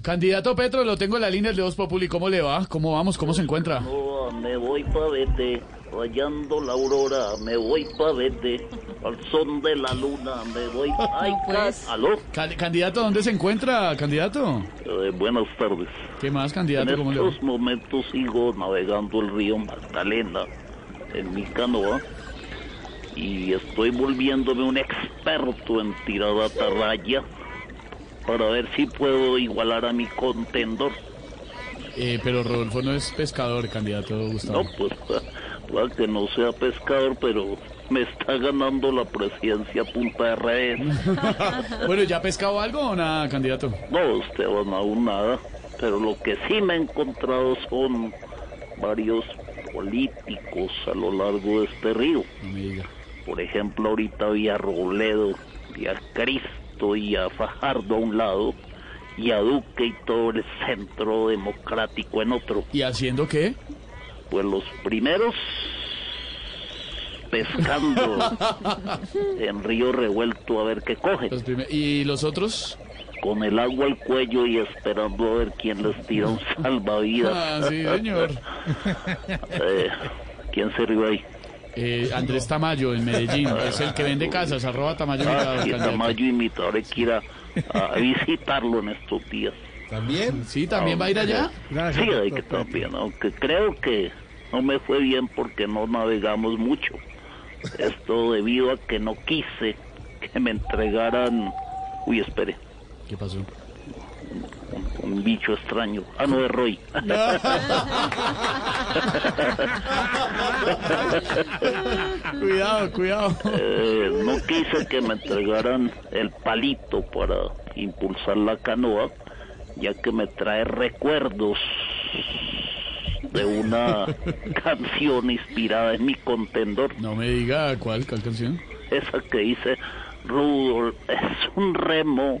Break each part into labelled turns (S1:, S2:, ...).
S1: Candidato Petro, lo tengo en la línea de Voz Populi. ¿Cómo le va? ¿Cómo vamos? ¿Cómo se encuentra?
S2: Oh, me voy pa' verte, rayando la aurora, me voy pa' verte, al son de la luna, me voy. Ay,
S3: pues.
S2: ca- aló.
S1: Can- candidato, ¿dónde se encuentra, candidato?
S2: Eh, buenas tardes.
S1: ¿Qué más,
S2: En
S1: candidato? ¿Cómo le va?
S2: estos momentos sigo navegando el río Magdalena en mi canoa y estoy volviéndome un experto en tirar atarraya para ver si puedo igualar a mi contendor.
S1: Eh, pero Rodolfo no es pescador, candidato Gustavo.
S2: No, pues para que no sea pescador, pero me está ganando la presidencia a punta de redes.
S1: Bueno, ¿ya ha pescado algo o nada, candidato?
S2: No, Esteban, aún nada. Pero lo que sí me he encontrado son varios políticos a lo largo de este río.
S1: No me diga.
S2: Por ejemplo, ahorita vi a Robledo, vi a Cristo y a Fajardo a un lado, y a Duque y todo el centro democrático en otro.
S1: ¿Y haciendo qué?
S2: Pues los primeros pescando en río revuelto a ver qué cogen,
S1: Los primer- ¿Y los otros?
S2: con el agua al cuello y esperando a ver quién les tira un salvavidas.
S1: Ah, sí, señor.
S2: Eh, ¿Quién se rió ahí?
S1: Eh, Andrés Tamayo, en Medellín. Es el que vende casas, arroba Tamayo.
S2: Ah,
S1: Mercado,
S2: sí,
S1: candidato.
S2: Tamayo imitaré que ir a, a visitarlo en estos días.
S4: También.
S1: Sí, ¿también va a ir
S2: Ah,
S1: allá?
S4: Ah,
S2: Sí, hay que también, aunque creo que no me fue bien porque no navegamos mucho. Esto debido a que no quise que me entregaran... Uy, espere,
S1: ¿Qué pasó?
S2: un, un bicho extraño. Ah, no, es Roy.
S1: Cuidado, cuidado.
S2: Eh, no quise que me entregaran el palito para impulsar la canoa, ya que me trae recuerdos de una canción inspirada en mi contendor,
S1: No me diga cuál, cuál canción.
S2: esa que dice, Rudolf es un remo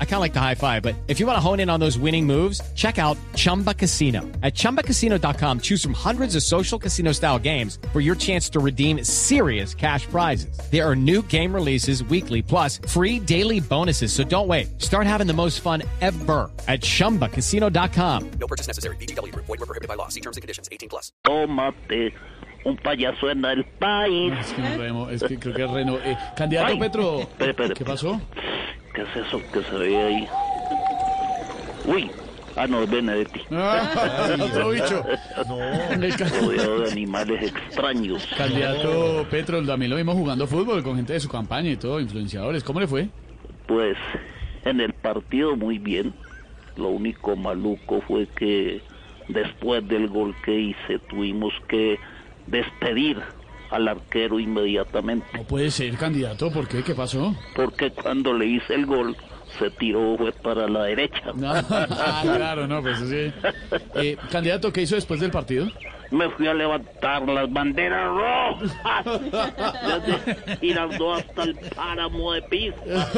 S5: I kind of like the high five, but if you want to hone in on those winning moves, check out Chumba Casino. At chumbacasino.com, choose from hundreds of social casino style games for your chance to redeem serious cash prizes. There are new game releases weekly, plus free daily bonuses. So don't wait. Start having the most fun ever at chumbacasino.com.
S2: tomate, un payaso en el país.
S1: Ah, Es que, no remo, es que creo que es Reno. Eh, candidato
S2: Ay.
S1: Petro,
S2: Espere, espere.
S1: ¿qué pasó?
S2: ¿Qué es eso que se ve ahí? Uy, ah, no, es Benedetti.
S1: Ah, otro bicho. El ca-
S2: rodeado de animales extraños.
S1: Candidato Petro, también lo vimos jugando fútbol con gente de su campaña y todo, influenciadores. ¿Cómo le fue?
S2: Pues en el partido muy bien. Lo único maluco fue que después del gol que hice tuvimos que despedir al arquero inmediatamente.
S1: No puede ser, candidato, ¿por qué? ¿Qué pasó?
S2: Porque cuando le hice el gol se tiró fue para la derecha.
S1: No, ah, claro, no, pues sí. Eh, candidato, ¿qué hizo después del partido?
S2: Me fui a levantar las banderas rojas. Desde Girardot hasta el páramo de pista.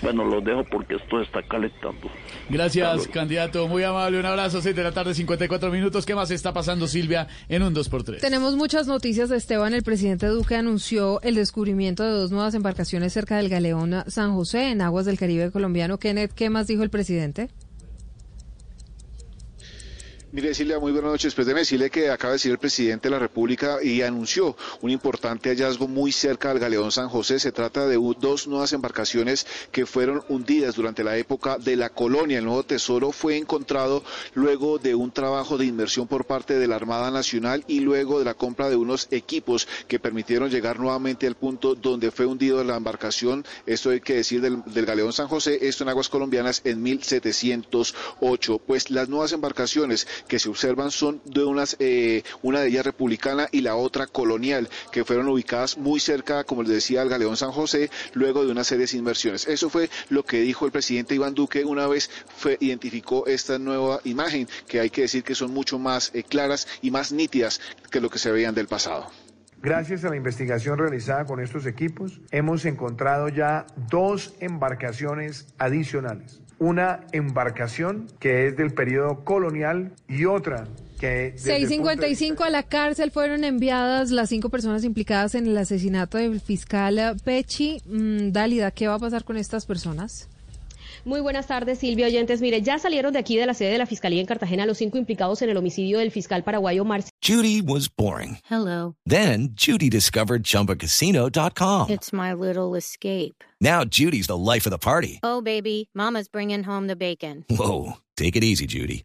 S2: Bueno, los dejo porque esto está calentando.
S1: Gracias, candidato, muy amable, un abrazo, 6 de la tarde, 54 minutos. ¿Qué más está pasando, Silvia, en un 2x3?
S6: Tenemos muchas noticias, Esteban. El presidente Duque anunció el descubrimiento de dos nuevas embarcaciones cerca del galeón San José, en aguas del Caribe colombiano. Kenneth, ¿qué más dijo el presidente?
S4: Mire, Silvia, muy buenas noches. Pues déjeme decirle que acaba de decir el presidente de la República y anunció un importante hallazgo muy cerca del Galeón San José. Se trata de u- dos nuevas embarcaciones que fueron hundidas durante la época de la colonia. El nuevo tesoro fue encontrado luego de un trabajo de inmersión por parte de la Armada Nacional y luego de la compra de unos equipos que permitieron llegar nuevamente al punto donde fue hundido la embarcación. Esto hay que decir del, del Galeón San José, esto en aguas colombianas en 1708. Pues las nuevas embarcaciones que se observan son de unas, eh, una de ellas republicana y la otra colonial, que fueron ubicadas muy cerca, como les decía, al Galeón San José, luego de una serie de inversiones. Eso fue lo que dijo el presidente Iván Duque una vez fue- identificó esta nueva imagen, que hay que decir que son mucho más eh, claras y más nítidas que lo que se veían del pasado.
S7: Gracias a la investigación realizada con estos equipos, hemos encontrado ya dos embarcaciones adicionales. Una embarcación que es del periodo colonial y otra que... desde el punto de vista-
S6: 6.55 a la cárcel fueron enviadas las cinco personas implicadas en el asesinato del fiscal eh, Pechi. Mm, Dálida, ¿qué va a pasar con estas personas?
S8: Muy buenas tardes, Silvia Oyentes. Mire, ya salieron de aquí de la sede de la Fiscalía en Cartagena los cinco implicados en el homicidio del fiscal paraguayo Marcelo.
S9: Judy was boring.
S10: Hello.
S9: Then Judy discovered ChumbaCasino.com.
S10: It's my little escape.
S9: Now Judy's the life of the party.
S10: Oh, baby, Mama's bringing home the bacon.
S9: Whoa, take it easy, Judy.